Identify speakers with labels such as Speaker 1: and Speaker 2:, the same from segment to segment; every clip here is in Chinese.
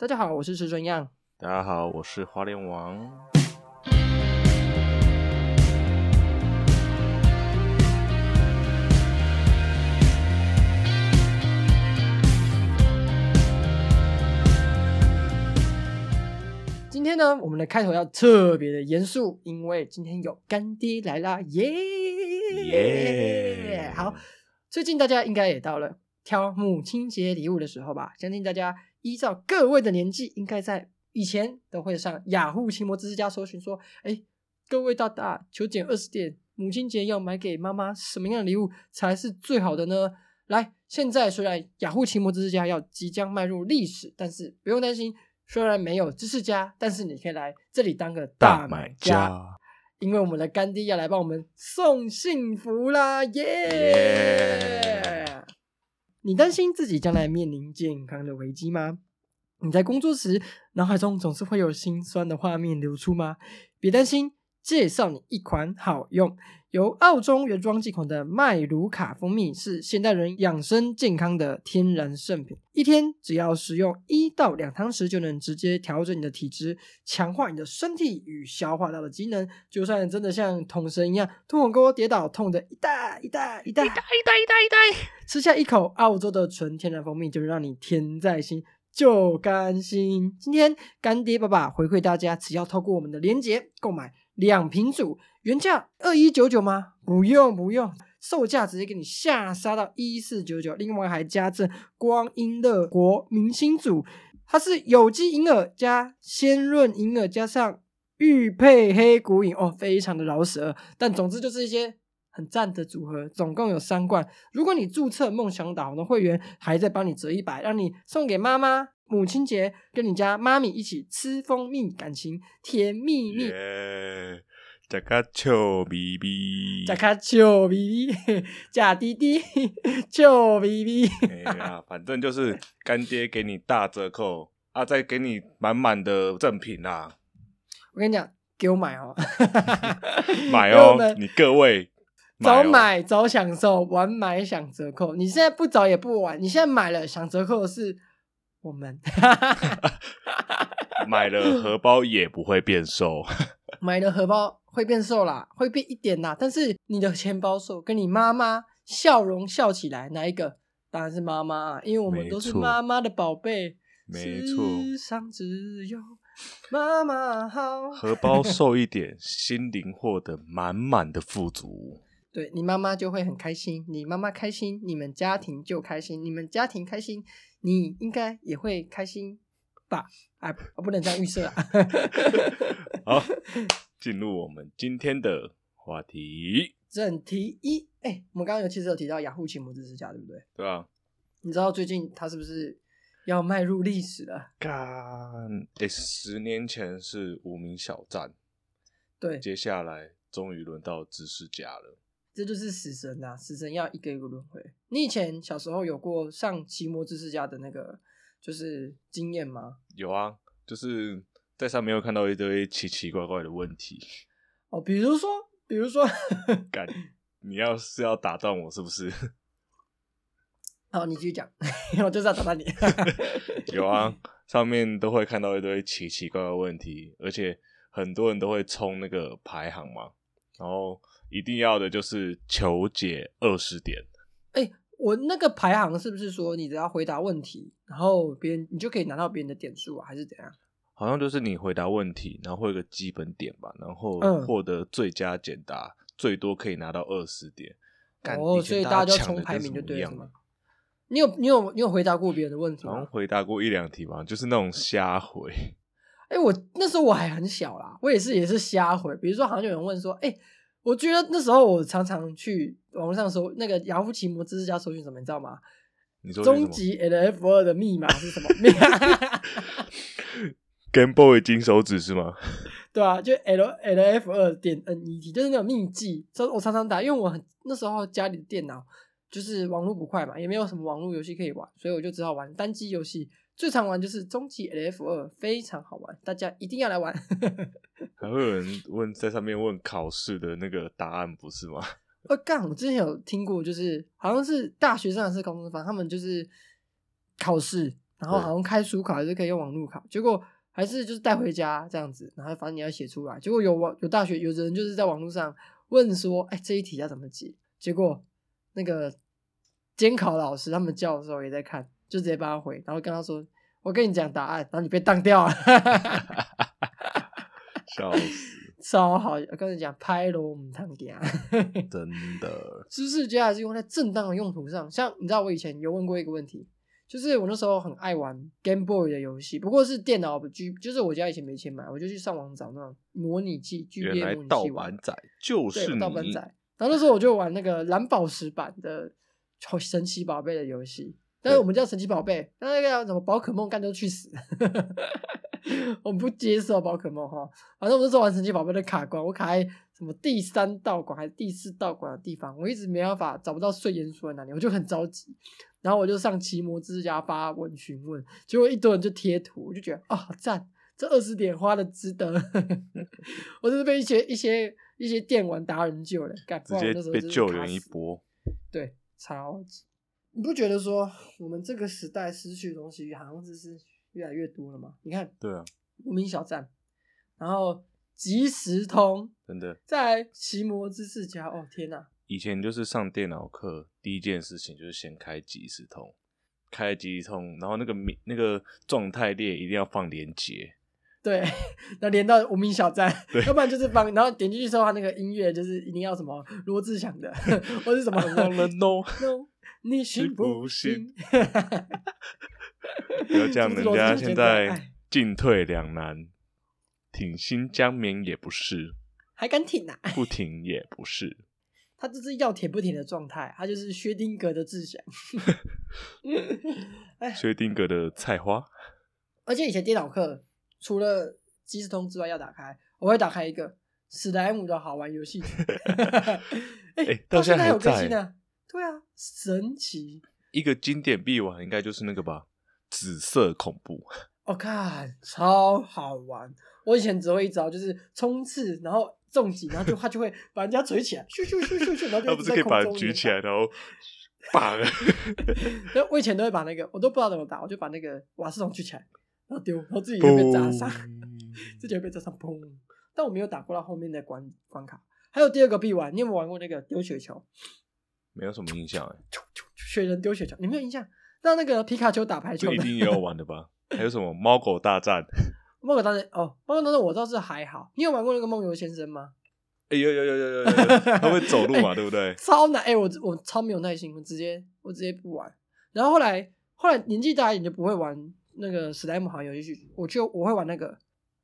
Speaker 1: 大家好，我是池尊样。
Speaker 2: 大家好，我是花莲王。
Speaker 1: 今天呢，我们的开头要特别的严肃，因为今天有干爹来啦，耶、
Speaker 2: 耶
Speaker 1: 好，最近大家应该也到了挑母亲节礼物的时候吧？相信大家依照各位的年纪，应该在以前都会上雅虎奇摩知识家搜寻说，哎，各位大大，求减二十点，母亲节要买给妈妈什么样的礼物才是最好的呢？来，现在虽然雅虎奇摩知识家要即将迈入历史，但是不用担心，虽然没有知识家，但是你可以来这里当个
Speaker 2: 大
Speaker 1: 买
Speaker 2: 买家，
Speaker 1: 因为我们的干爹要来帮我们送幸福啦，耶、
Speaker 2: 耶
Speaker 1: 你担心自己将来面临健康的危机吗？你在工作时，脑海中总是会有心酸的画面流出吗？别担心，介绍你一款好用、由澳洲原装进口的麦卢卡蜂蜜，是现代人养生健康的天然圣品。一天只要食用一到两汤匙，就能直接调整你的体质，强化你的身体与消化道的机能。就算真的像桶神一样吐火锅跌倒，痛的一大一大一大一大
Speaker 3: 痛い痛い痛い
Speaker 1: 吃下一口澳洲的纯天然蜂蜜，就让你甜在心，就甘心。今天干爹爸爸回馈大家，只要透过我们的链接购买两瓶组，原价二一九九吗？不用不用，售价直接给你下杀到一四九九，另外还加赠光阴乐国明星组，它是有机银耳加鲜润银耳加上玉佩黑谷饮哦，非常的饶舌，但总之就是一些很赞的组合，总共有三罐。如果你注册梦想岛的会员，还在帮你折一百，让你送给妈妈。母亲节跟你家妈咪一起吃蜂蜜，感情甜蜜蜜。
Speaker 2: 耶！加个臭逼逼，
Speaker 1: 假卡丘比 比，假滴滴丘比比，
Speaker 2: 哎呀，反正就是干爹给你大折扣啊，再给你满满的赠品啊啦，
Speaker 1: 我跟你讲，给我买哦，
Speaker 2: 买
Speaker 1: 因为我
Speaker 2: 哦
Speaker 1: 们，
Speaker 2: 你各位
Speaker 1: 早
Speaker 2: 哦
Speaker 1: 买早享受，晚买享折扣。你现在不早也不晚，你现在买了享折扣的是我 们，
Speaker 2: 买了荷包也不会 变瘦，
Speaker 1: 买了荷包会变瘦啦，会变一点啦，但是你的钱包瘦，跟你妈妈笑容笑起来，哪一个？当然是妈妈啊，因为我们
Speaker 2: 没
Speaker 1: 都是
Speaker 2: 错
Speaker 1: 妈妈的宝贝。
Speaker 2: 没错，
Speaker 1: 世上只有妈妈好。
Speaker 2: 荷包瘦一点，心灵获得满满的富足。
Speaker 1: 对你妈妈就会很开心，你妈妈开心，你们家庭就开心，你们家庭开心，你应该也会开心吧？啊，我不能这样预设啊。
Speaker 2: 好，进入我们今天的话题，
Speaker 1: 正题一，哎、我们刚刚有其实有提到雅虎奇摩知识家，对不对？
Speaker 2: 对吧、
Speaker 1: 你知道最近它是不是要迈入历史了？
Speaker 2: 干，诶，十年前是无名小站，
Speaker 1: 对，
Speaker 2: 接下来终于轮到知识家了。
Speaker 1: 这就是死神啊！死神要一个一个轮回。你以前小时候有过上奇摩知识家的那个就是经验吗？
Speaker 2: 有啊，就是在上面又看到一堆奇奇怪怪的问题。
Speaker 1: 哦，比如说，比如说，
Speaker 2: 干，你要是要打断我是不是？
Speaker 1: 好，你继续讲，我就是要打断你。
Speaker 2: 有啊，上面都会看到一堆奇奇怪怪的问题，而且很多人都会冲那个排行嘛，然后一定要的就是求解二十点。
Speaker 1: 哎、我那个排行是不是说你只要回答问题，然后别人你就可以拿到别人的点数啊，还是怎样？
Speaker 2: 好像就是你回答问题，然后会有个基本点吧，然后
Speaker 1: 嗯
Speaker 2: 获得最佳简答，最多可以拿到二十点。干
Speaker 1: 哦，
Speaker 2: 以前
Speaker 1: 所以
Speaker 2: 大
Speaker 1: 就
Speaker 2: 抢
Speaker 1: 冲
Speaker 2: 得
Speaker 1: 排
Speaker 2: 跟
Speaker 1: 名
Speaker 2: 什
Speaker 1: 就
Speaker 2: 么
Speaker 1: 对
Speaker 2: 一
Speaker 1: 了
Speaker 2: 样啊哦
Speaker 1: 嘛。你有你有你有回答过别人的问题
Speaker 2: 好像
Speaker 1: 吗？
Speaker 2: 回答过一两题吧，就是那种瞎回。
Speaker 1: 哎、我那时候我还很小啦，我也是也是瞎回。比如说，好像有人问说，哎、我觉得那时候我常常去网络上搜那个雅虎奇摩知识家搜寻什么，你知道吗？
Speaker 2: 你说
Speaker 1: 终
Speaker 2: 那什么
Speaker 1: 极 LF 二的密码是什么？
Speaker 2: Game Boy 金手指是吗？
Speaker 1: 对啊，就 L L F 二点 N E T，就是那种秘技。所以我常常打，因为我很那时候家里的电脑就是网络不快嘛，也没有什么网络游戏可以玩，所以我就只好玩单机游戏。最常玩就是终极 L F 二，非常好玩，大家一定要来玩。
Speaker 2: 还会有人问在上面问考试的那个答案不是吗？
Speaker 1: 呃，干，我之前有听过，就是好像是大学生还是高中生，反正他们就是考试，然后好像开书考还是可以用网络考，结果还是就是带回家这样子，然后反正你要写出来。结果有网有大学有的人就是在网络上问说，哎，这一题要怎么解？结果那个监考老师他们教授也在看，就直接帮他回，然后跟他说，我跟你讲答案，然后你被当掉了，
Speaker 2: 笑死，
Speaker 1: 超好，我跟你讲拍咯，我们汤家。
Speaker 2: 真 的，
Speaker 1: 知识家还是用在正当的用途上。像你知道，我以前有问过一个问题，就是我那时候很爱玩 Game Boy 的游戏，不过是电脑 G，就是我家以前没钱买，我就去上网找那种模拟器
Speaker 2: 原
Speaker 1: GBA
Speaker 2: 来
Speaker 1: 模拟
Speaker 2: 盗
Speaker 1: 器玩
Speaker 2: 版，仔就
Speaker 1: 对，
Speaker 2: 是
Speaker 1: 有
Speaker 2: 你，
Speaker 1: 盗版仔。然后那时候我就玩那个蓝宝石版的神奇宝贝的游戏，但是我们叫神奇宝贝，那那个什么宝可梦干都去死，我们不接受宝可梦哈。反正我那时候玩神奇宝贝的卡关，我卡在什么第三道馆还是第四道馆的地方，我一直没办法找不到碎岩书在哪里，我就很着急。然后我就上奇摩之家发文询问，结果一堆人就贴图，我就觉得啊赞，这二十点花的值得。 我就是被一些一些一些电玩达人救了，干不然
Speaker 2: 直
Speaker 1: 我
Speaker 2: 接
Speaker 1: 那时候
Speaker 2: 被
Speaker 1: 真是
Speaker 2: 救
Speaker 1: 卡
Speaker 2: 援一
Speaker 1: 死
Speaker 2: 波，
Speaker 1: 对，超级。你不觉得说我们这个时代失去的东西好像就是越来越多了吗？你看
Speaker 2: 对啊，
Speaker 1: 无名小站，然后即时通，
Speaker 2: 真的。
Speaker 1: 再来奇摩知识家，哦天哪、
Speaker 2: 以前就是上电脑课，第一件事情就是先开即时通，开即时通，然后那个名那个状态列一定要放连接，
Speaker 1: 对， 那连到无名小站
Speaker 2: 对，
Speaker 1: 要不然就是帮，然后点进去之后，他那个音乐就是一定要什么罗志祥的，或是什么
Speaker 2: 忘了 no，
Speaker 1: No，你信不
Speaker 2: 信
Speaker 1: 信？
Speaker 2: 不要这样，
Speaker 1: 是不是
Speaker 2: 人
Speaker 1: 罗志
Speaker 2: 家
Speaker 1: 祥
Speaker 2: 现在
Speaker 1: 在哎
Speaker 2: 进退两难，挺新疆棉也不是，
Speaker 1: 还敢挺啊？
Speaker 2: 不挺也不是，
Speaker 1: 他就是要挺不挺的状态，他就是薛定谔的志祥。 哎，
Speaker 2: 薛定谔的菜花，
Speaker 1: 而且以前电脑课除了即时通之外要打开，我会打开一个史莱姆的好玩游 戏。哎、
Speaker 2: 哎到
Speaker 1: 到
Speaker 2: 现
Speaker 1: 在
Speaker 2: 在还
Speaker 1: 有更新
Speaker 2: 在
Speaker 1: 呢、对啊，神奇！
Speaker 2: 一个经典必玩应该就是那个吧，紫色恐怖，
Speaker 1: 我、哦看超好玩。我以前只会一招，就是冲刺，然后重击，然后就他就会把人家锤起来，咻咻咻咻咻，然后就
Speaker 2: 那
Speaker 1: 一
Speaker 2: 不
Speaker 1: 直
Speaker 2: 是
Speaker 1: 在
Speaker 2: 可以把
Speaker 1: 空
Speaker 2: 人
Speaker 1: 中
Speaker 2: 举起
Speaker 1: 来。
Speaker 2: 来，然后绑，
Speaker 1: 对，我以前都会把那个，我都不知道怎么打，我就把那个瓦斯桶举起来，然后丢，然后自己就被砸伤，自己就被砸伤，砰！但我没有打过到后面的关关卡。还有第二个必玩，你有没有玩过那个丢雪球？
Speaker 2: 没有什么印象哎。
Speaker 1: 雪人丢雪球，你没有印象？让那个皮卡丘打排球的
Speaker 2: 这一定也有玩的吧？还有什么猫狗大战？
Speaker 1: 猫狗当然哦，猫狗当然我倒是还好。你有玩过那个梦游先生 吗？
Speaker 2: 哎、有有有有有有，有 它会走路嘛，
Speaker 1: 哎
Speaker 2: 对不对？
Speaker 1: 超难，哎、我我超没有耐心，我直接我直接不玩。然后后来后来年纪大一点就不会玩那个史莱姆好像游戏，我就我会玩那个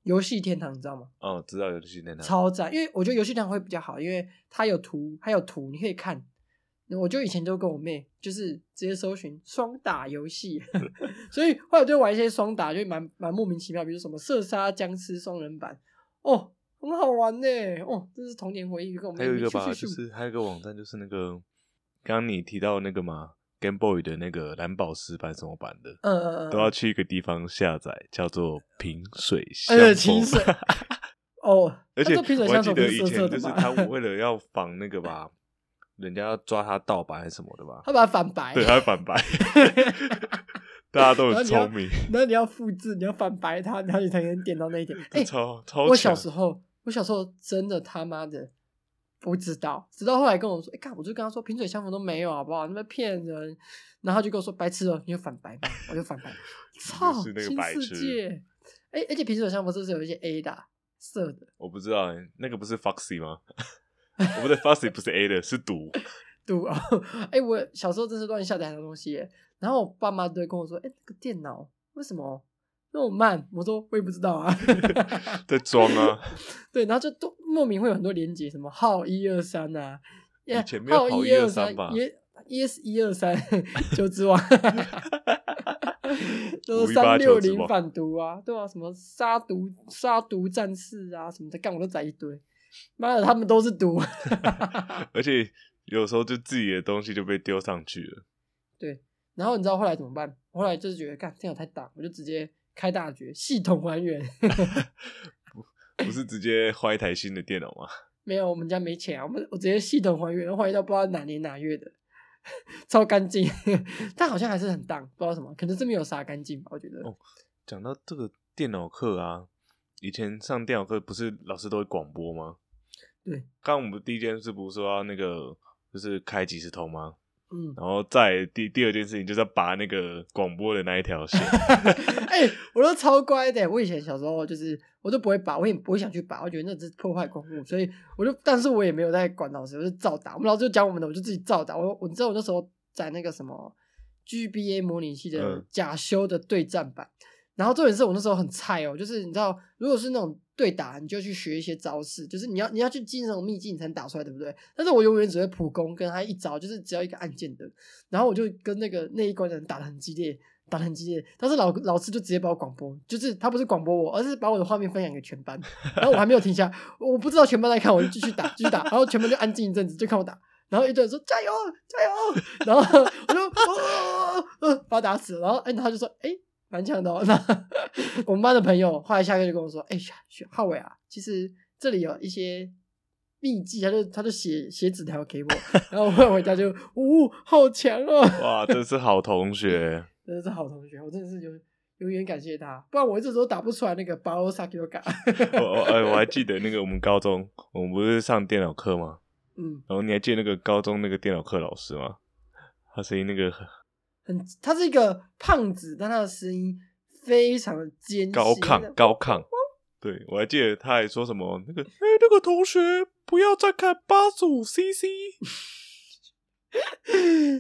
Speaker 1: 游戏天堂，你知道吗？
Speaker 2: 哦，知道有这些天堂，
Speaker 1: 超赞，因为我觉得游戏天堂会比较好，因为它有图，它有图你可以看。我就以前都跟我妹就是直接搜寻双打游 戏，所以后来就玩一些双打，就蛮蛮莫名其妙，比如什么射杀僵尸双人版，哦，很好玩呢，哦，这是童年回忆，跟我妹
Speaker 2: 还有一个
Speaker 1: 咻咻
Speaker 2: 吧，
Speaker 1: 咻
Speaker 2: 就是还有一个网站，就是那个刚刚你提到那个嘛，Game Boy 的那个蓝宝石版什么版的，
Speaker 1: 嗯嗯嗯，
Speaker 2: 都要去一个地方下载，叫做萍水相
Speaker 1: 呃，
Speaker 2: 逢。
Speaker 1: 清呃 水哦，
Speaker 2: 而且
Speaker 1: 它这平水
Speaker 2: 我
Speaker 1: 相
Speaker 2: 还记
Speaker 1: 逢
Speaker 2: 得
Speaker 1: 是
Speaker 2: 以
Speaker 1: 色
Speaker 2: 前
Speaker 1: 色
Speaker 2: 就
Speaker 1: 的
Speaker 2: 是
Speaker 1: 嘛
Speaker 2: 他为了要防那个吧，人家要抓他盗版还是什么的吧，
Speaker 1: 他把它反白，
Speaker 2: 对，他会反白， 大家都很聪明，
Speaker 1: 然后你要复制，你要反白它，然后你才能点到那一 点。哎、
Speaker 2: 超超
Speaker 1: 我小
Speaker 2: 强。
Speaker 1: 时候，我小时候真的他妈的不知道，直到后来跟我说，哎、干，我就跟他说萍水相逢都没有，好不好？你们骗人。然后他就跟我说白痴哦、你有反白吗？我就反白，操，
Speaker 2: 你就是那个
Speaker 1: 新
Speaker 2: 白痴
Speaker 1: 世界。哎、而且萍水相逢是不是有一些 A 的啊色的
Speaker 2: 我不知道、欸，那个不是 Foxy 吗？ 我不对，Foxy 不是 A 的，是毒。
Speaker 1: 对哦， 哎、我小时候真是乱下载很多东西耶。然后我爸妈都会跟我说：“哎、那个电脑为什么那么慢？”我说：“我也不知道啊。
Speaker 2: 在装啊！”
Speaker 1: 对，然后就都莫名会有很多连接，什么号一二三啊，
Speaker 2: 以前没有
Speaker 1: 号
Speaker 2: 好
Speaker 1: 一二
Speaker 2: 123吧
Speaker 1: 也 yes 一二三 九之 王，就是
Speaker 2: 518
Speaker 1: 三
Speaker 2: 九
Speaker 1: 六
Speaker 2: 之
Speaker 1: 零
Speaker 2: 王
Speaker 1: 反毒啊，对啊，什么杀毒杀毒战士啊什么的，干我都载一堆。妈的，他们都是毒。
Speaker 2: 而且有时候就自己的东西就被丢上去了，
Speaker 1: 然后你知道后来怎么办？我后来就是觉得，干，电脑太大，我就直接开大绝，系统还原。
Speaker 2: 不是直接换一台新的电脑吗？
Speaker 1: 没有，我们家没钱啊，我们我直接系统还原，还原到不知道哪年哪月的。 超干净， 但好像还是很荡，不知道什么，可能是没有杀干净吧，我觉得。
Speaker 2: 哦讲到这个电脑课啊，以前上电脑课不是老师都会广播吗？
Speaker 1: 对，
Speaker 2: 刚刚我们第一件事不是说要那个就是开即时通吗？
Speaker 1: 嗯，
Speaker 2: 然后再来第第二件事情就是要拔那个广播的那一条线。
Speaker 1: 哎、我都超乖的。欸我以前小时候就是，我都不会拔，我也不会想去拔，我觉得那只是破坏公物，所以我就，但是我也没有在管老师，我就照打。我们老师就讲我们的，我就自己照打。我我知道我那时候在那个什么 GBA 模拟器的
Speaker 2: 嗯
Speaker 1: 假修的对战版，然后重点是我那时候很菜哦，就是你知道，如果是那种对打，你就去学一些招式，就是你要你要去进那种秘境你才能打出来，对不对？但是我永远只会普攻，跟他一招，就是只要一个按键的，然后我就跟那个那一关的人打的很激烈，打的很激烈，但是老老师就直接把我广播，就是他不是广播我，而是把我的画面分享给全班，然后我还没有停下，我不知道全班在看，我就继续打，继续打，然后全班就安静一阵子，就看我打。然后一堆人说加油加油，然后我就哦哦哦哦把他打死了，然后哎，然后他就说哎蛮强的、哦。那我们班的朋友后来下课就跟我说，哎，许浩伟啊，其实这里有一些秘籍，他就他就写写纸条给我，然后我回家就呜、好强哦，
Speaker 2: 哇，真是好同学。
Speaker 1: 真的是好同学，我真的是永永远感谢他，不然我一直都打不出来那个巴欧萨克嘎。
Speaker 2: 我我哎，我还记得那个我们高中，我们不是上电脑课吗？
Speaker 1: 嗯，
Speaker 2: 然后你还记得那个高中那个电脑课老师吗？他声音那个
Speaker 1: 很，他是一个胖子，但他的声音非常的尖细
Speaker 2: 高亢，高亢。对，我还记得他还说什么那个，哎、那个同学不要再看八十五 CC，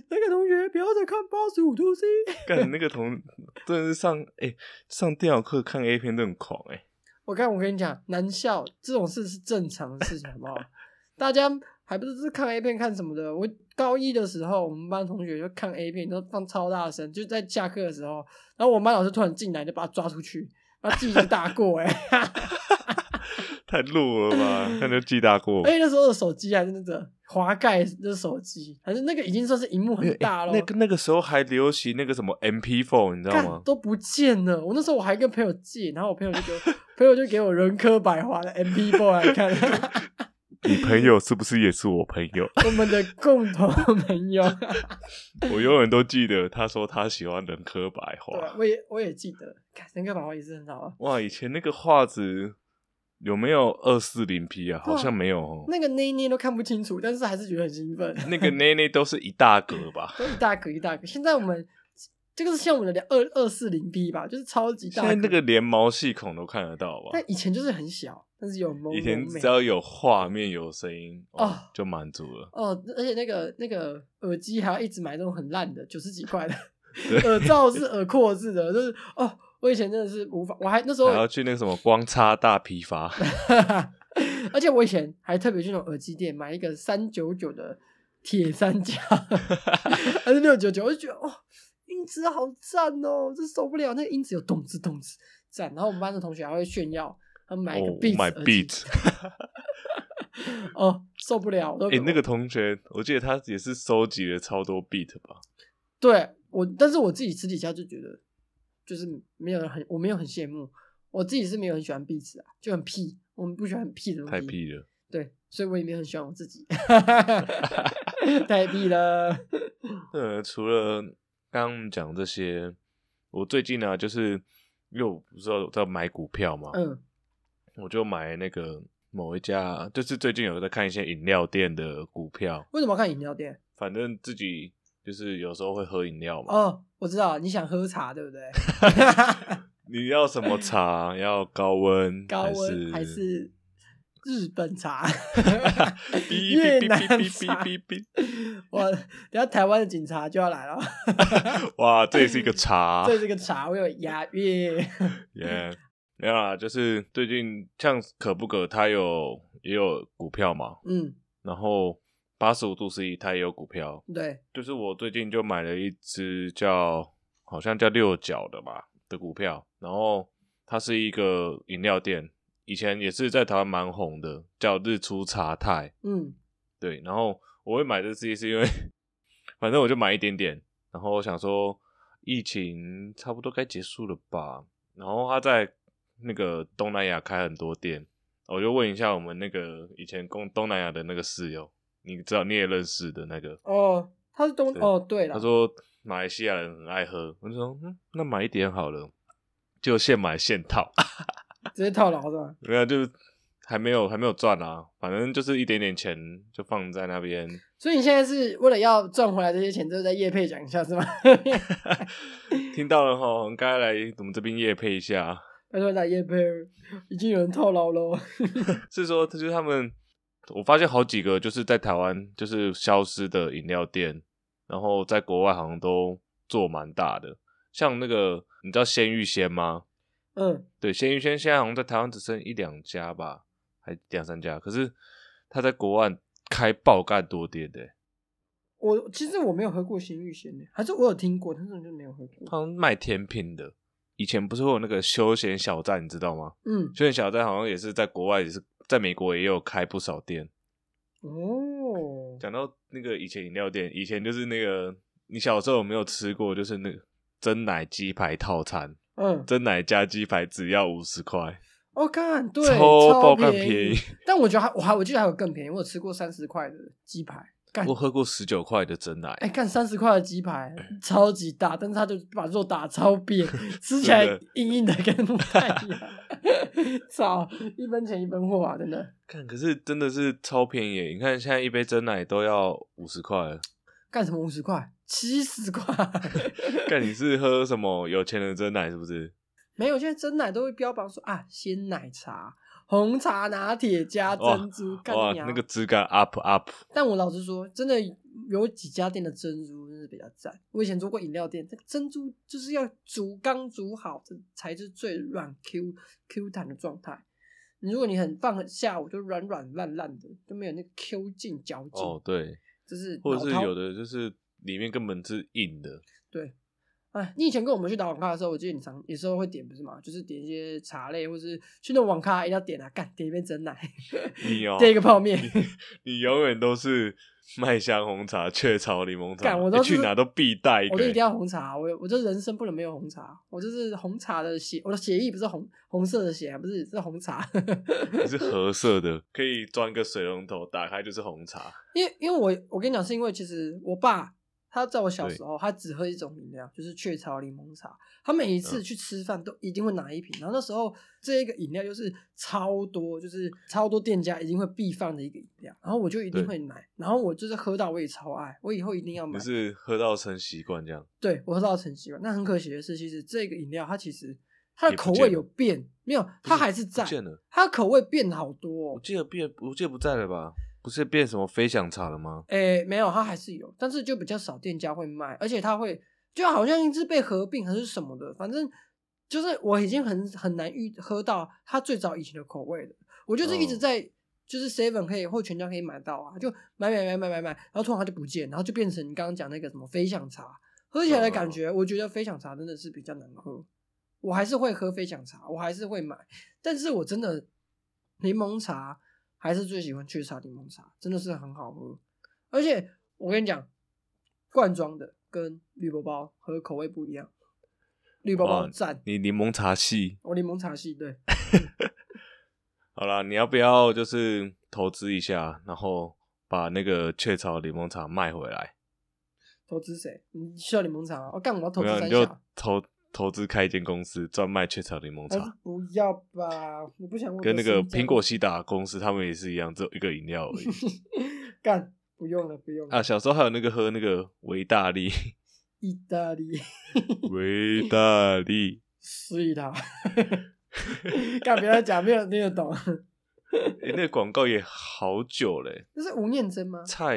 Speaker 1: 那个同学不要再看八十五度 C。
Speaker 2: 干那个同真的是上哎、上电脑课看 A 片都很狂哎、
Speaker 1: 我看我跟你讲，男校这种事是正常的事情，好不好？ 大家还不是是看 A 片看什么的？我高一的时候，我们班同学就看 A 片，都放超大声，就在下课的时候，然后我们班老师突然进来，就把他抓出去，把他记一大过、欸，哎，
Speaker 2: 太弱了吧？那就记大过。
Speaker 1: 而且那时候的手机还是那个滑盖的手机，还是那个已经算是荧幕
Speaker 2: 没
Speaker 1: 很
Speaker 2: 有哎
Speaker 1: 大了、
Speaker 2: 那个那个时候还流行那个什么 MP4，你知道
Speaker 1: 干
Speaker 2: 吗？
Speaker 1: 都不见了。我那时候我还跟朋友借，然后我朋友就给 我朋友就给我人科百华的 MP4 来看。
Speaker 2: 你朋友是不是也是我朋友？
Speaker 1: 我们的共同朋友，啊
Speaker 2: 我永远都记得他说他喜欢人科白
Speaker 1: 对啊
Speaker 2: 话。
Speaker 1: 我也我也记得，看人科百华也是很好啊。
Speaker 2: 哇，以前那个画质有没有二四零 P 啊？
Speaker 1: 对啊
Speaker 2: 好像没有哦。
Speaker 1: 那个那一捏都看不清楚，但是还是觉得很兴奋，啊
Speaker 2: 那个内内都是一 大格吧？
Speaker 1: 都一大格一大格。现在我们这个是像我们的二二四零 P 吧，就是超级
Speaker 2: 现
Speaker 1: 大
Speaker 2: 在
Speaker 1: 格。
Speaker 2: 那个连毛细孔都看得到吧
Speaker 1: 但？以前就是很小，但是有朦
Speaker 2: 以前
Speaker 1: 胧
Speaker 2: 只
Speaker 1: 美。
Speaker 2: 要有画面有声音，哦
Speaker 1: 哦
Speaker 2: 就满足了。
Speaker 1: 哦，而且那个那个耳机还要一直买那种很烂的，九十几块的
Speaker 2: 对
Speaker 1: 耳罩是耳廓式的，就是哦，我以前真的是无法，我还那时候
Speaker 2: 还要去那个什么光叉大批发，
Speaker 1: 而且我以前还特别去那种耳机店买一个三九九的铁三角，还是六九九，我就觉得哦，音质好赞哦，这受不了，那个音质有动次动次赞。然后我们班的同学还会炫耀，他们买一个
Speaker 2: 哦
Speaker 1: Beats
Speaker 2: 买
Speaker 1: 耳机
Speaker 2: Beats。
Speaker 1: 哦，受不了，我都
Speaker 2: 哎、那个同学，我记得他也是收集了超多 beat 吧？
Speaker 1: 对我，但是我自己私底下就觉得，就是没有很，我没有很羡慕，我自己是没有很喜欢 Beats 啊，就很屁，我们不喜欢很屁的东西，
Speaker 2: 太屁了！
Speaker 1: 对，所以我也没有很喜欢我自 己，太屁了。
Speaker 2: 呃，除了刚刚我们讲这些，我最近呢、就是因为我不是有在买股票嘛，
Speaker 1: 嗯
Speaker 2: 我就买那个某一家，就是最近有在看一些饮料店的股票，，
Speaker 1: 为什么要看饮料店？
Speaker 2: 反正自己就是有时候会喝饮料嘛。
Speaker 1: 哦，我知道你想喝茶，对不对？
Speaker 2: 你要什么茶？要高温？
Speaker 1: 高温还
Speaker 2: 是？、
Speaker 1: 是 日本茶
Speaker 2: 哔
Speaker 1: 越
Speaker 2: 哔
Speaker 1: 南
Speaker 2: 哔
Speaker 1: 茶？
Speaker 2: 哔哔哔
Speaker 1: 我等下台湾的警察就要来了，
Speaker 2: 哔！哇，这也是一个茶。
Speaker 1: 这是个茶，我有押 韵。
Speaker 2: 耶、没有啦，就是最近像可不可，它有也有股票嘛，
Speaker 1: 嗯，
Speaker 2: 然后八十五度 C 它也有股票，
Speaker 1: 对，
Speaker 2: 就是我最近就买了一只叫好像叫六角的吧的股票，然后它是一个饮料店，以前也是在台湾蛮红的，叫日出茶太，
Speaker 1: 嗯
Speaker 2: 对，然后我会买这只是因为反正我就买一点点，然后我想说疫情差不多该结束了吧，然后他在那个东南亚开很多店，我就问一下我们那个以前工东南亚的那个室友，你知道你也认识的那个，
Speaker 1: 哦，它是冬
Speaker 2: 对
Speaker 1: 哦，对了，
Speaker 2: 他说马来西亚人很爱喝，我就说嗯，那买一点好了，就现买现套，
Speaker 1: 直接套牢是吧？
Speaker 2: 没有就是还没有还没有赚啊，反正就是一点点钱就放在那边，
Speaker 1: 所以你现在是为了要赚回来这些钱，就是在业配讲一下是吗？
Speaker 2: 听到了哈，应该来我们这边夜配一下，
Speaker 1: 他说来业配已经有人套牢哦喽，
Speaker 2: 是说就是他们，我发现好几个就是在台湾就是消失的饮料店，然后在国外好像都做蛮大的，像那个你知道鲜芋仙吗？
Speaker 1: 嗯，
Speaker 2: 对，鲜芋仙现在好像在台湾只剩一两家吧，还两三家，可是他在国外开爆干多店的、欸
Speaker 1: 我其实我没有喝过鲜芋仙的，欸还是我有听过，但是我就没有喝过。
Speaker 2: 好像卖甜品的。以前不是会有那个休闲小站，你知道吗？
Speaker 1: 嗯，
Speaker 2: 休闲小站好像也是在国外，也是在美国也有开不少店。
Speaker 1: 哦，
Speaker 2: 讲到那个以前饮料店，以前就是那个你小时候有没有吃过？就是那个真奶鸡排套餐，
Speaker 1: 嗯，
Speaker 2: 真奶加鸡排只要五十块，
Speaker 1: 哦，看对，
Speaker 2: 超
Speaker 1: 超
Speaker 2: 爆干
Speaker 1: 便
Speaker 2: 便宜。
Speaker 1: 但我觉得还我还我记得还有更便宜，我有吃过三十块的鸡排，干
Speaker 2: 我喝过十九块的真奶，
Speaker 1: 哎，干三十块的鸡排
Speaker 2: 哎
Speaker 1: 超级大，但是它就把肉打超扁，吃起来
Speaker 2: 真的
Speaker 1: 硬硬的，跟木炭一样。操，一分钱一分货啊，真的。
Speaker 2: 看可是真的是超便宜耶。你看现在一杯真奶都要五十块了，
Speaker 1: 干什么五十块、七十块？
Speaker 2: 看你是喝什么有钱人真奶是不是？
Speaker 1: 没有，现在真奶都会标榜说啊，鲜奶茶、红茶拿铁加珍珠，干
Speaker 2: 哇，
Speaker 1: 你啊娘
Speaker 2: 那个质感 up up，
Speaker 1: 但我老实说，真的有几家店的珍珠真是比较赞。我以前做过饮料店，那个珍珠就是要煮刚煮好，这才是最软 Q Q 弹的状态。你如果你很放下午，就软软烂烂的，就没有那个 Q 劲、嚼劲，
Speaker 2: 哦对，
Speaker 1: 就是
Speaker 2: 或者是
Speaker 1: 老饕
Speaker 2: 有的就是里面根本是硬的，
Speaker 1: 对，哎，你以前跟我们去打网咖的时候，我记得你常有时候会点不是吗？就是点一些茶类，或是去那种网咖一定要点啊，干点一杯真 奶，
Speaker 2: 你哦，
Speaker 1: 点一个泡面，
Speaker 2: 你永远都是麦香红茶、雀巢柠檬茶，
Speaker 1: 干我
Speaker 2: 你
Speaker 1: 都是
Speaker 2: 去哪都必带一
Speaker 1: 我
Speaker 2: 个、
Speaker 1: 就一定要红茶。啊我我这人生不能没有红茶，啊我就是红茶的血，我的血液不是红红色的血，啊不是是红茶。
Speaker 2: 你是褐色的，可以装一个水龙头，打开就是红茶。
Speaker 1: 因为因为我我跟你讲，是因为其实我爸他在我小时候，他只喝一种饮料，就是雀巢柠檬茶。他每一次
Speaker 2: 嗯
Speaker 1: 去吃饭都一定会拿一瓶，然后那时候这一个饮料就是超多，就是超多店家一定会必放的一个饮料，然后我就一定
Speaker 2: 对
Speaker 1: 会买，然后我就是喝到我也超爱，我以后一定要买
Speaker 2: 你。是喝到成习惯这样，
Speaker 1: 对我喝到成习惯。那很可惜的是，其实这个饮料它其实它的
Speaker 2: 也不
Speaker 1: 口
Speaker 2: 见
Speaker 1: 味
Speaker 2: 了
Speaker 1: 有变，没有，它还是在
Speaker 2: 不，见了。
Speaker 1: 它的口味变好多、哦
Speaker 2: 我。记得变，我记得不在了吧？不是变什么飞翔茶了吗？
Speaker 1: 诶、没有，它还是有，但是就比较少店家会卖，而且它会就好像是被合并还是什么的，反正就是我已经很很难遇喝到它最早以前的口味了。我就是一直
Speaker 2: 嗯
Speaker 1: 在、就是 seven 可以或全家可以买到啊，就买买买买买买，然后突然它就不见，然后就变成你刚刚讲那个什么飞翔茶，喝起来的感觉，我觉得飞翔茶真的是比较难喝。我还是会喝飞翔茶，我还是会买，但是我真的柠檬茶还是最喜欢雀巢柠檬茶，真的是很好喝。而且我跟你讲，罐装的跟绿包包和口味不一样，绿包包
Speaker 2: 哇
Speaker 1: 赞，
Speaker 2: 哦
Speaker 1: 哦
Speaker 2: 你柠檬茶系，
Speaker 1: 我柠檬茶系对，
Speaker 2: 好啦，你要不要就是投资一下，然后把那个雀巢柠檬茶卖回来？
Speaker 1: 投资谁？你需要柠檬茶啊？我、干我要投
Speaker 2: 没
Speaker 1: 资
Speaker 2: 有，
Speaker 1: 三
Speaker 2: 你就
Speaker 1: 下。
Speaker 2: 投投资开一间公司，专卖雀巢柠檬
Speaker 1: 还
Speaker 2: 茶。
Speaker 1: 是不要吧，我不想哎我的
Speaker 2: 跟那个
Speaker 1: 身家
Speaker 2: 苹果西打公司，他们也是一样，只有一个饮料而已
Speaker 1: 干，不用了，不用了。
Speaker 2: 啊。小时候还有那个喝那个维 大利，
Speaker 1: 意大利，
Speaker 2: 维大利，
Speaker 1: 所以啦， 干别再讲，没有人听得懂。
Speaker 2: 诶那个广告也好久嘞、
Speaker 1: 这是吴念真吗？
Speaker 2: 蔡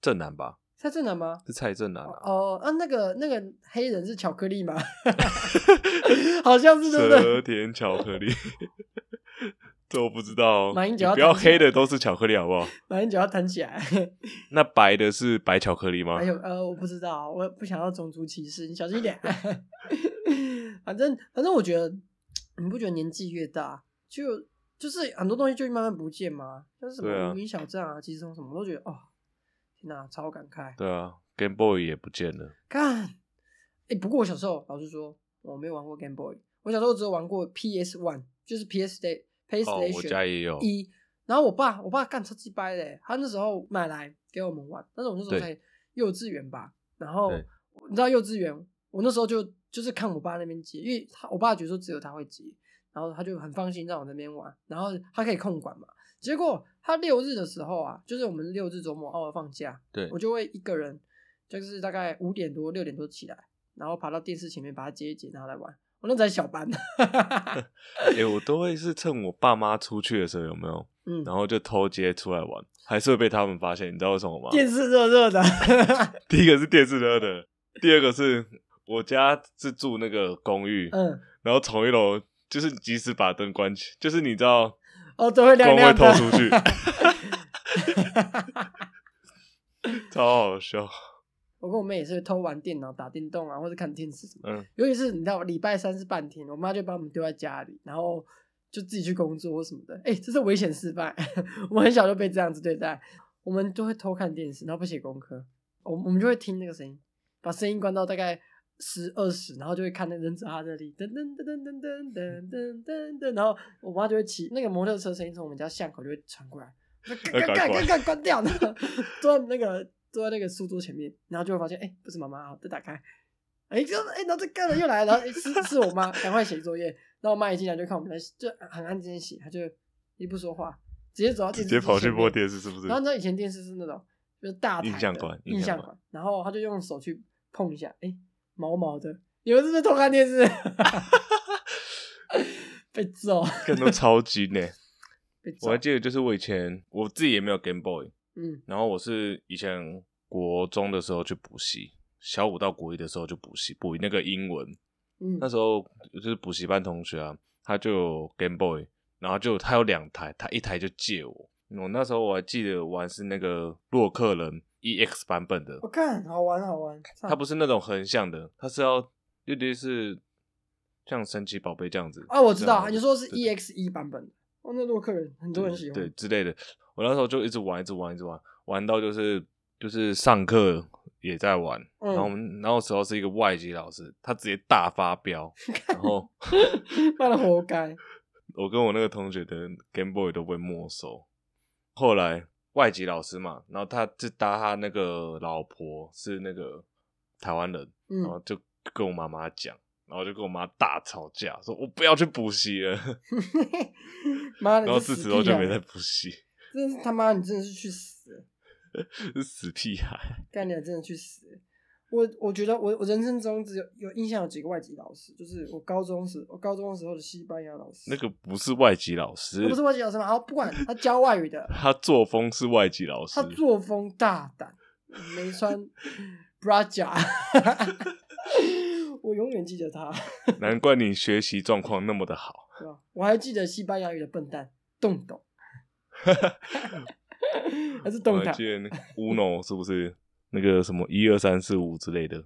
Speaker 2: 正南吧，
Speaker 1: 蔡正南吗？
Speaker 2: 是蔡正南啊，
Speaker 1: 哦，啊，那个那个黑人是巧克力吗？ 好像是对不对？
Speaker 2: 蛇田巧克力， 这我不知道、哦。
Speaker 1: 马英九
Speaker 2: 你
Speaker 1: 要
Speaker 2: 不要
Speaker 1: 弹起来
Speaker 2: 黑的都是巧克力好不好？
Speaker 1: 马英九要弹起来。
Speaker 2: 那白的是白巧克力吗
Speaker 1: 还？有呃，我不知道，我不想要种族歧视，你小心一点。 反正反正，我觉得你不觉得年纪越大，就就是很多东西就会慢慢不见吗？像是什
Speaker 2: 对
Speaker 1: 么
Speaker 2: 啊
Speaker 1: 无名小站啊、其中什么，我都觉得哦，天哪，超感慨。
Speaker 2: 对啊，Game Boy 也不见了。
Speaker 1: 看，哎、不过我小时候，老实说，我没有玩过 Game Boy，我小时候只有玩过 PS One，就是 PS Day
Speaker 2: 哦，我
Speaker 1: PlayStation
Speaker 2: 家也有。
Speaker 1: 一、然后我爸，我爸干超鸡掰的欸，他那时候买来给我们玩。但是我那时候
Speaker 2: 对
Speaker 1: 才幼稚园吧，然后
Speaker 2: 对
Speaker 1: 你知道幼稚园，我那时候就就是看我爸那边接，因为他我爸觉得说只有他会接，然后他就很放心让我那边玩，然后他可以控管嘛。结果他六日的时候啊，就是我们六日周末偶尔放假，
Speaker 2: 对
Speaker 1: 我就会一个人，就是大概五点多六点多起来，然后爬到电视前面把它接一接，然后来玩。我那才小 班，
Speaker 2: 哎、我都会是趁我爸妈出去的时候，有没有？
Speaker 1: 嗯，
Speaker 2: 然后就偷接出来玩，还是会被他们发现。你知道为什么吗？
Speaker 1: 电视热热的，
Speaker 2: 第一个是电视热的，第二个是我家是住那个公寓，
Speaker 1: 嗯，
Speaker 2: 然后从一楼就是即使把灯关起，就是你知道
Speaker 1: 哦，都 会亮
Speaker 2: 光会
Speaker 1: 亮
Speaker 2: 透
Speaker 1: 的。
Speaker 2: 出去，超好笑。
Speaker 1: 我跟我妹也是偷玩电脑、打电动啊，或者看电视什么。
Speaker 2: 嗯，
Speaker 1: 尤其是你知道，礼拜三是半天，我妈就把我们丢在家里，然后就自己去工作或什么的。哎、这是危险示范， 我很小就被这样子对待。我们就会偷看电视，然后不写功课，我我们就会听那个声音，把声音关到大概十二十，然后就会看那《忍者哈特利》噔噔噔噔噔噔噔噔噔，然后我妈就会骑那个摩托车声音从我们家巷口就会传过来。干
Speaker 2: 赶快
Speaker 1: 干干干关掉，然后坐在那个坐在那个书桌前面，然后就会发现，哎、不是妈妈，好再打开，哎、就哎、然后这干了又来了，然后、哎是是我妈，赶快写作业，然后我妈一进来就看我们在就很安静地写，她就也不说话，直接走到电
Speaker 2: 直
Speaker 1: 视
Speaker 2: 接跑去播
Speaker 1: 视
Speaker 2: 电视是不是
Speaker 1: 前面，然后？你知道以前电视是那种就是大台的
Speaker 2: 印象馆
Speaker 1: 印
Speaker 2: 印象
Speaker 1: 象馆，然后她就用手去碰一下，哎、毛毛的，你们是不是偷看电 视？被揍，
Speaker 2: 看都超级呢。
Speaker 1: 被揍
Speaker 2: 我还，记得，就是我以前我自己也没有 Game Boy，
Speaker 1: 嗯
Speaker 2: 然后我是以前国中的时候去补习，小五到国一的时候就补习，补那个英文。
Speaker 1: 嗯
Speaker 2: 那时候就是补习班同学啊，他就有 Game Boy，然后就他有两台，他一台就借我。我那时候我还记得玩是那个洛克人 EX 版本的
Speaker 1: 我，看好玩好玩，
Speaker 2: 它不是那种横向的，它是要有点是像神奇宝贝这样子。
Speaker 1: 啊，我知道，
Speaker 2: 这样
Speaker 1: 你说是
Speaker 2: 对
Speaker 1: EX 一版本的，哦，那洛克人很多人喜欢，
Speaker 2: 对之类的。我那时候就一直玩，一直玩，一直玩，玩到就是就是上课也在玩。
Speaker 1: 嗯
Speaker 2: 然后我们那时候是一个外籍老师，他直接大发飙， 然后
Speaker 1: 骂嗯的活该。
Speaker 2: 我跟我那个同学的 Game Boy 都被没收。后来外籍老师嘛，然后他就搭他那个老婆是那个台湾人，然后
Speaker 1: 嗯，
Speaker 2: 就跟我妈妈讲，然后就跟我妈大吵架，说我不要去补习了，
Speaker 1: 妈的，
Speaker 2: 然后
Speaker 1: 这
Speaker 2: 自
Speaker 1: 死
Speaker 2: 此
Speaker 1: 屁
Speaker 2: 之后就没
Speaker 1: 孩
Speaker 2: 再，补习，
Speaker 1: 真是他妈，你真的是去死，
Speaker 2: 死屁孩。
Speaker 1: 干你俩真的去死。我我觉得我我人生中只有有印象有几个外籍老师，就是我高中时我高中的时候的西班牙老师，
Speaker 2: 那个不是外籍老师，
Speaker 1: 他不是外籍老师吗？好，不管他教外语的，
Speaker 2: 他作风是外籍老师
Speaker 1: 他，作风大胆，没 穿 bra 夹， 我永远记得他。
Speaker 2: 难怪你学习状况那么的 好。
Speaker 1: 对吧？我还记得西班牙语的笨蛋洞 洞，还是
Speaker 2: 我
Speaker 1: 洞
Speaker 2: 还
Speaker 1: 塔
Speaker 2: 记？得那个 Uno 是不是那个什么一二三四五之类的？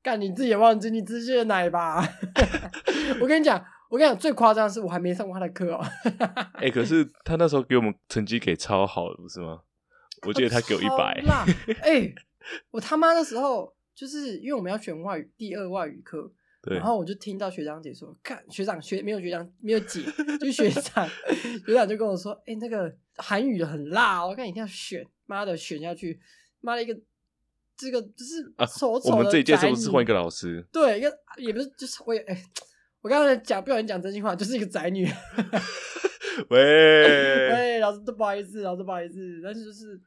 Speaker 1: 干你自己也忘记你自己的奶吧？啊 我跟你讲，我跟你讲，最夸张的是我还没上过他的课哦。
Speaker 2: 哎、可是他那时候给我们成绩给超好的，不是吗？我记得他给我一百
Speaker 1: 超，辣。哎、我他妈那时候就是因为我们要选外语第二外语课，
Speaker 2: 对
Speaker 1: 然，后我就听到学长姐说，看学长学没有学长没有姐，就是学长 学长就跟我说，哎、那个韩语的很辣哦，看你一定要选，妈的选下去，妈的一个这个就是
Speaker 2: 啊
Speaker 1: 丑丑、
Speaker 2: 我们这一届是不是换一
Speaker 1: 个？
Speaker 2: 个老师？
Speaker 1: 对，一个也不是，就是我也哎、我刚才讲不小心讲真心话，就是一个宅女。
Speaker 2: 喂，
Speaker 1: 哎，老师，不好意思，老师不好意思，但是就是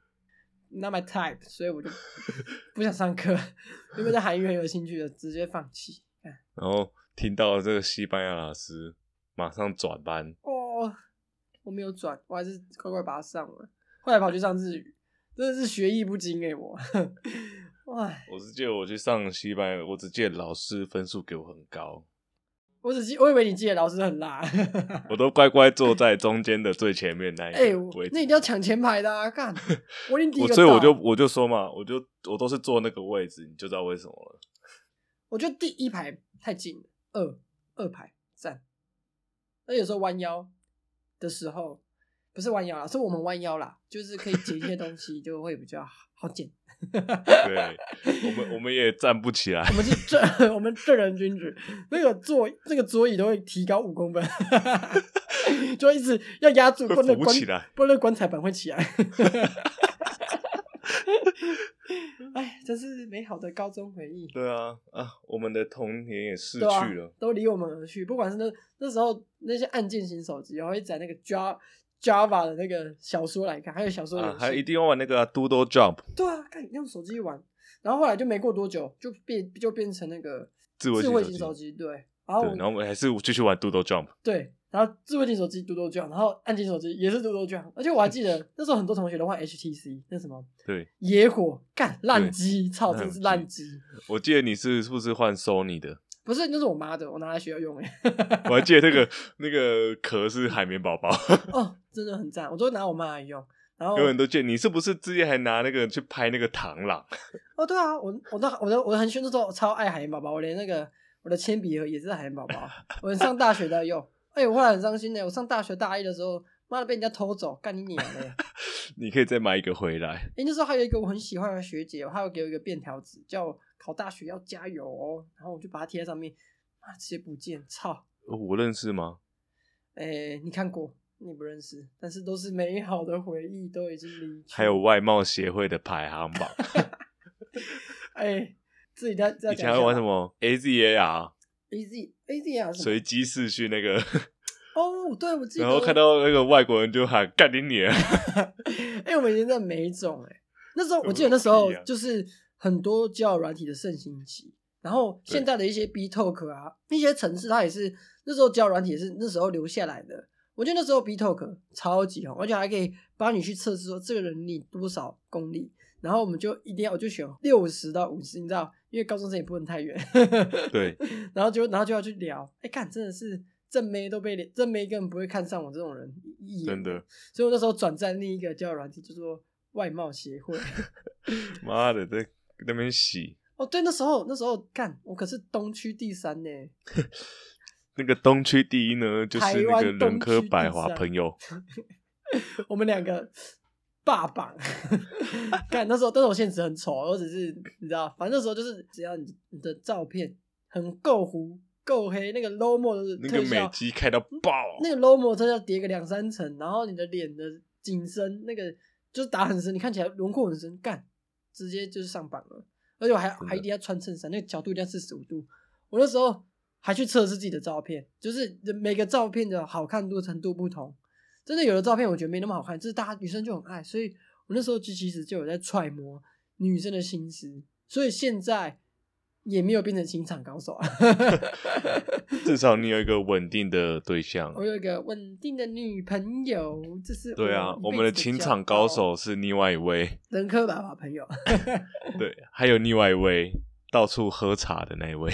Speaker 1: not my type，所以我 就不想上课，因为对韩语很有兴趣的，直接放弃。哎
Speaker 2: 然后听到这个西班牙老师，马上转班，
Speaker 1: 哦，我没有转，我还是乖乖把它上了。后来跑去上日语，真的是学艺不精哎、我。唉，
Speaker 2: 我是记得我去上西班牙，我只记得老师分数给我很高，
Speaker 1: 我只记，我以为你记得老师很辣。
Speaker 2: 我都乖乖坐在中间的最前面那一
Speaker 1: 哎、
Speaker 2: 个
Speaker 1: 我
Speaker 2: 位置。
Speaker 1: 那一定要抢前排的啊！ 干，我一定第一
Speaker 2: 我
Speaker 1: 个
Speaker 2: 所以我
Speaker 1: 到
Speaker 2: 就我就说嘛，我就我都是坐那个位置，你就知道为什么了。
Speaker 1: 我觉得第一排太近了，二二排站。那有时候弯腰的时候，不是弯腰啦，是我们弯腰啦，就是可以捡一些东西，就会比较好好捡。
Speaker 2: 对，我们我们也站不起来
Speaker 1: 我，们是正， 我们正人君子，那个座那个桌椅都会提高五公分， 就一直要压住，
Speaker 2: 会
Speaker 1: 不然那
Speaker 2: 浮
Speaker 1: 棺
Speaker 2: 起来
Speaker 1: 不然那棺材板会起来。哎，真是美好的高中回忆。
Speaker 2: 对啊啊，我们的童年也逝
Speaker 1: 对啊
Speaker 2: 去了，，
Speaker 1: 都离我们而去。不管是那那时候那些按键型手机，然后一直在那个 Java Java 的那个小说来看，还有小说游
Speaker 2: 啊
Speaker 1: 戏，
Speaker 2: 还一定要玩那个、啊、Doodle Jump
Speaker 1: 对啊，看你用手机一玩。然后后来就没过多久，就变就变成那个
Speaker 2: 智慧
Speaker 1: 智
Speaker 2: 型
Speaker 1: 慧
Speaker 2: 手
Speaker 1: 型
Speaker 2: 机
Speaker 1: 手机，对。然后
Speaker 2: 对
Speaker 1: 我，
Speaker 2: 然后我们还是继续玩 Doodle Jump，
Speaker 1: 对，然后智慧型手机嘟嘟卷，然后按键手机也是嘟嘟卷，啊而且我还记 得那时候很多同学都换 HTC，那什么
Speaker 2: 对
Speaker 1: 野火干烂
Speaker 2: 对
Speaker 1: 机，操，
Speaker 2: 烂
Speaker 1: 真是
Speaker 2: 机
Speaker 1: 烂机。
Speaker 2: 我记得你是是不是换 Sony 的？
Speaker 1: 不是，那是我妈的，我拿来学校用欸诶。
Speaker 2: 我还记得那个那个壳是海绵宝宝，
Speaker 1: 哦，真的很赞，我都拿我妈来用。然后
Speaker 2: 有很多见你是不是之前还拿那个去拍那个螳螂？
Speaker 1: 哦，对啊，我我那我的我很喜欢那时候超爱海绵宝宝，我连那个我的铅笔盒也是海绵宝 宝，我上大学都在用。哎、我后来很伤心呢、我上大学大一的时候，妈的被人家偷走，干你娘嘞！ 哎、
Speaker 2: 你可以再买一个回来。
Speaker 1: 那时候还有一个我很喜欢的学姐，她有给我一个便条纸，叫我考大学要加油哦，然后我就把它贴在上面，妈直接不见，操！
Speaker 2: 哦我认识吗？
Speaker 1: 哎、你看过？你不认识，但是都是美好的回忆，都已经离去。
Speaker 2: 还有外貌协会的排行 榜，
Speaker 1: 哎、自己在在
Speaker 2: 以前还玩什么 AZAR
Speaker 1: ？A Z A Z 啊啊什么？
Speaker 2: 随机视讯那个，
Speaker 1: 哦，对，我记得。
Speaker 2: 然后看到那个外国人就喊干 你你，
Speaker 1: 哎、我们以前在每一种哎、那时候
Speaker 2: 有
Speaker 1: 我记得那时候
Speaker 2: 屁啊
Speaker 1: 就是很多交友软体的盛行期，然后现在的一些 B Talk 啊，一些城市它也是那时候交友软体也是那时候留下来的。我觉得那时候 B Talk 超级红，而且还可以帮你去测试说这个人你多少功力。然后我们就一定要，我就选六十到五十，你知道，因为高中生也不能太远。
Speaker 2: 对，
Speaker 1: 然后就然后就要去聊，哎，看真的是正妹都被正妹根本不会看上我这种人一眼，
Speaker 2: 真的，
Speaker 1: 所以我那时候转战另一个交友软体，叫做外貌协会。
Speaker 2: 妈的在那边洗
Speaker 1: 哦，对，那时候那时候干，我可是东区第三呢。
Speaker 2: 那个东区第一呢，就是那个人科百华朋友，
Speaker 1: 我们两个霸榜。 看那时候，但是我现实很丑，我只是你知道，反正那时候就是只要你你的照片很够糊、够黑，那个 lomo 的
Speaker 2: 那个
Speaker 1: 特
Speaker 2: 美
Speaker 1: 效，
Speaker 2: 肌开到爆，
Speaker 1: 那个 lomo 真的要叠个两三层，然后你的脸的紧身那个就是打很深，你看起来轮廓很深，干直接就是上榜了。而且我还
Speaker 2: 的
Speaker 1: 还一定要穿衬衫，那个角度一定要四十五度。我那时候还去测试自己的照片，就是每个照片的好看度程度不同。真的有的照片我觉得没那么好看，就是大家女生就很爱，所以我那时候其其实就有在揣摩女生的心思，所以现在也没有变成情场高手啊。
Speaker 2: 至少你有一个稳定的对象。
Speaker 1: 我有一个稳定的女朋友，这是
Speaker 2: 对啊，
Speaker 1: 我
Speaker 2: 我
Speaker 1: 一辈子
Speaker 2: 们的
Speaker 1: 骄
Speaker 2: 情场高
Speaker 1: 傲，
Speaker 2: 手是另外 一位，
Speaker 1: 人科爸爸朋友。
Speaker 2: 对，还有另外一位到处喝茶的那一位，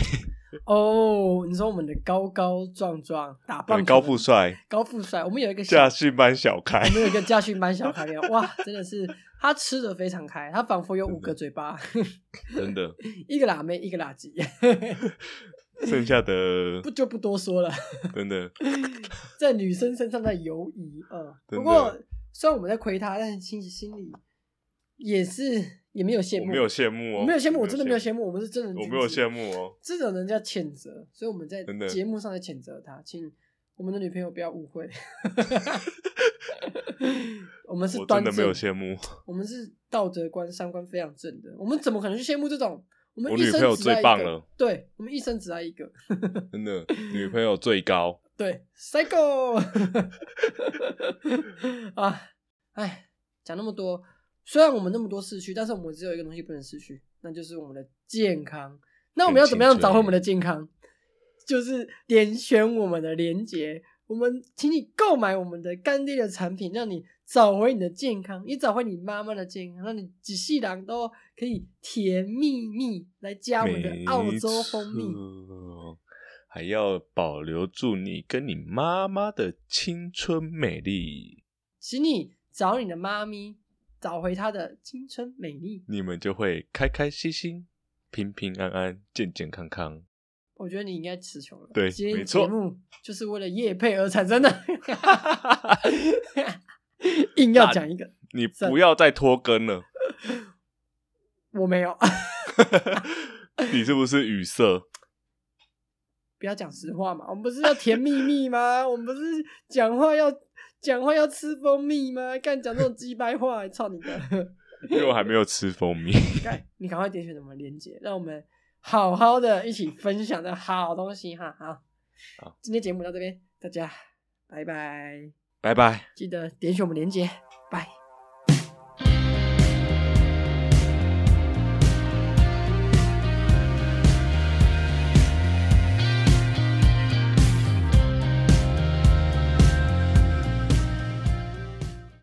Speaker 1: 哦，你说我们的高高壮壮打棒
Speaker 2: 对，
Speaker 1: 球
Speaker 2: 呃高富，帅，
Speaker 1: 高富帅，我们有一个小
Speaker 2: 驾训班小开
Speaker 1: 我，们有一个家训班小孩，哇，真的是他吃的非常开，他仿佛有五个嘴巴，
Speaker 2: 真的，
Speaker 1: 一个辣妹，一个辣鸡，
Speaker 2: 剩下的
Speaker 1: 不就不多说了。
Speaker 2: 真的
Speaker 1: 在女生身上在游移。嗯，
Speaker 2: 真的
Speaker 1: 不过虽然我们在亏她，但是心心里也是也没有羡
Speaker 2: 我
Speaker 1: 慕，
Speaker 2: 没有羡慕哦，
Speaker 1: 我没有羡慕，我真的没有羡
Speaker 2: 慕，
Speaker 1: 慕，我们是真的，
Speaker 2: 我没有羡慕哦，
Speaker 1: 这种人叫谴责，所以我们在
Speaker 2: 真的
Speaker 1: 节目上在谴责他，请我们的女朋友不要误 会，我们是
Speaker 2: 我
Speaker 1: 端
Speaker 2: 真
Speaker 1: 正
Speaker 2: 的没有羡慕，
Speaker 1: 我们是道德观、三观非常正的，我们怎么可能去羡慕这种？我们
Speaker 2: 我
Speaker 1: 一
Speaker 2: 女
Speaker 1: 生
Speaker 2: 朋友
Speaker 1: 只爱
Speaker 2: 最
Speaker 1: 一
Speaker 2: 棒
Speaker 1: 个
Speaker 2: 了，
Speaker 1: 对我们一生只爱一个，
Speaker 2: 真的，女朋友最高，
Speaker 1: 对，psycho 啊，哎，讲那么多，虽然我们那么多失去，但是我们只有一个东西不能失去，那就是我们的健康。那我们要怎么样找回我们的健康？就是点选我们的连接，我们请你购买我们的干爹的产品，让你找回你的健康，也找回你妈妈的健康，让你几细郎都可以甜蜜蜜来加我们的
Speaker 2: 没
Speaker 1: 澳洲蜂蜜。
Speaker 2: 错还要保留住你跟你妈妈的青春美丽。
Speaker 1: 请你找你的妈咪，找回她的青春美丽。
Speaker 2: 你们就会开开心心、平平安安、健健康康。
Speaker 1: 我觉得你应该词穷了。
Speaker 2: 对
Speaker 1: 今天
Speaker 2: 没错
Speaker 1: 节目就是为了叶配而产生 的，硬要讲一个，
Speaker 2: 你
Speaker 1: 赞
Speaker 2: 不要再拖更了，
Speaker 1: 我没有，
Speaker 2: 你是不是语塞？
Speaker 1: 不要讲实话嘛，我们不是要甜蜜蜜吗？我们不是讲话要讲话要吃蜂蜜吗？干讲这种鸡掰话，操你的！
Speaker 2: 因为我还没有吃蜂蜜。
Speaker 1: 看哎你赶快点选什么链接，让我们好好的一起分享的好东西哈。好，
Speaker 2: 好
Speaker 1: 今天节目到这边，大家拜拜，
Speaker 2: 拜拜。
Speaker 1: 记得点选我们链接，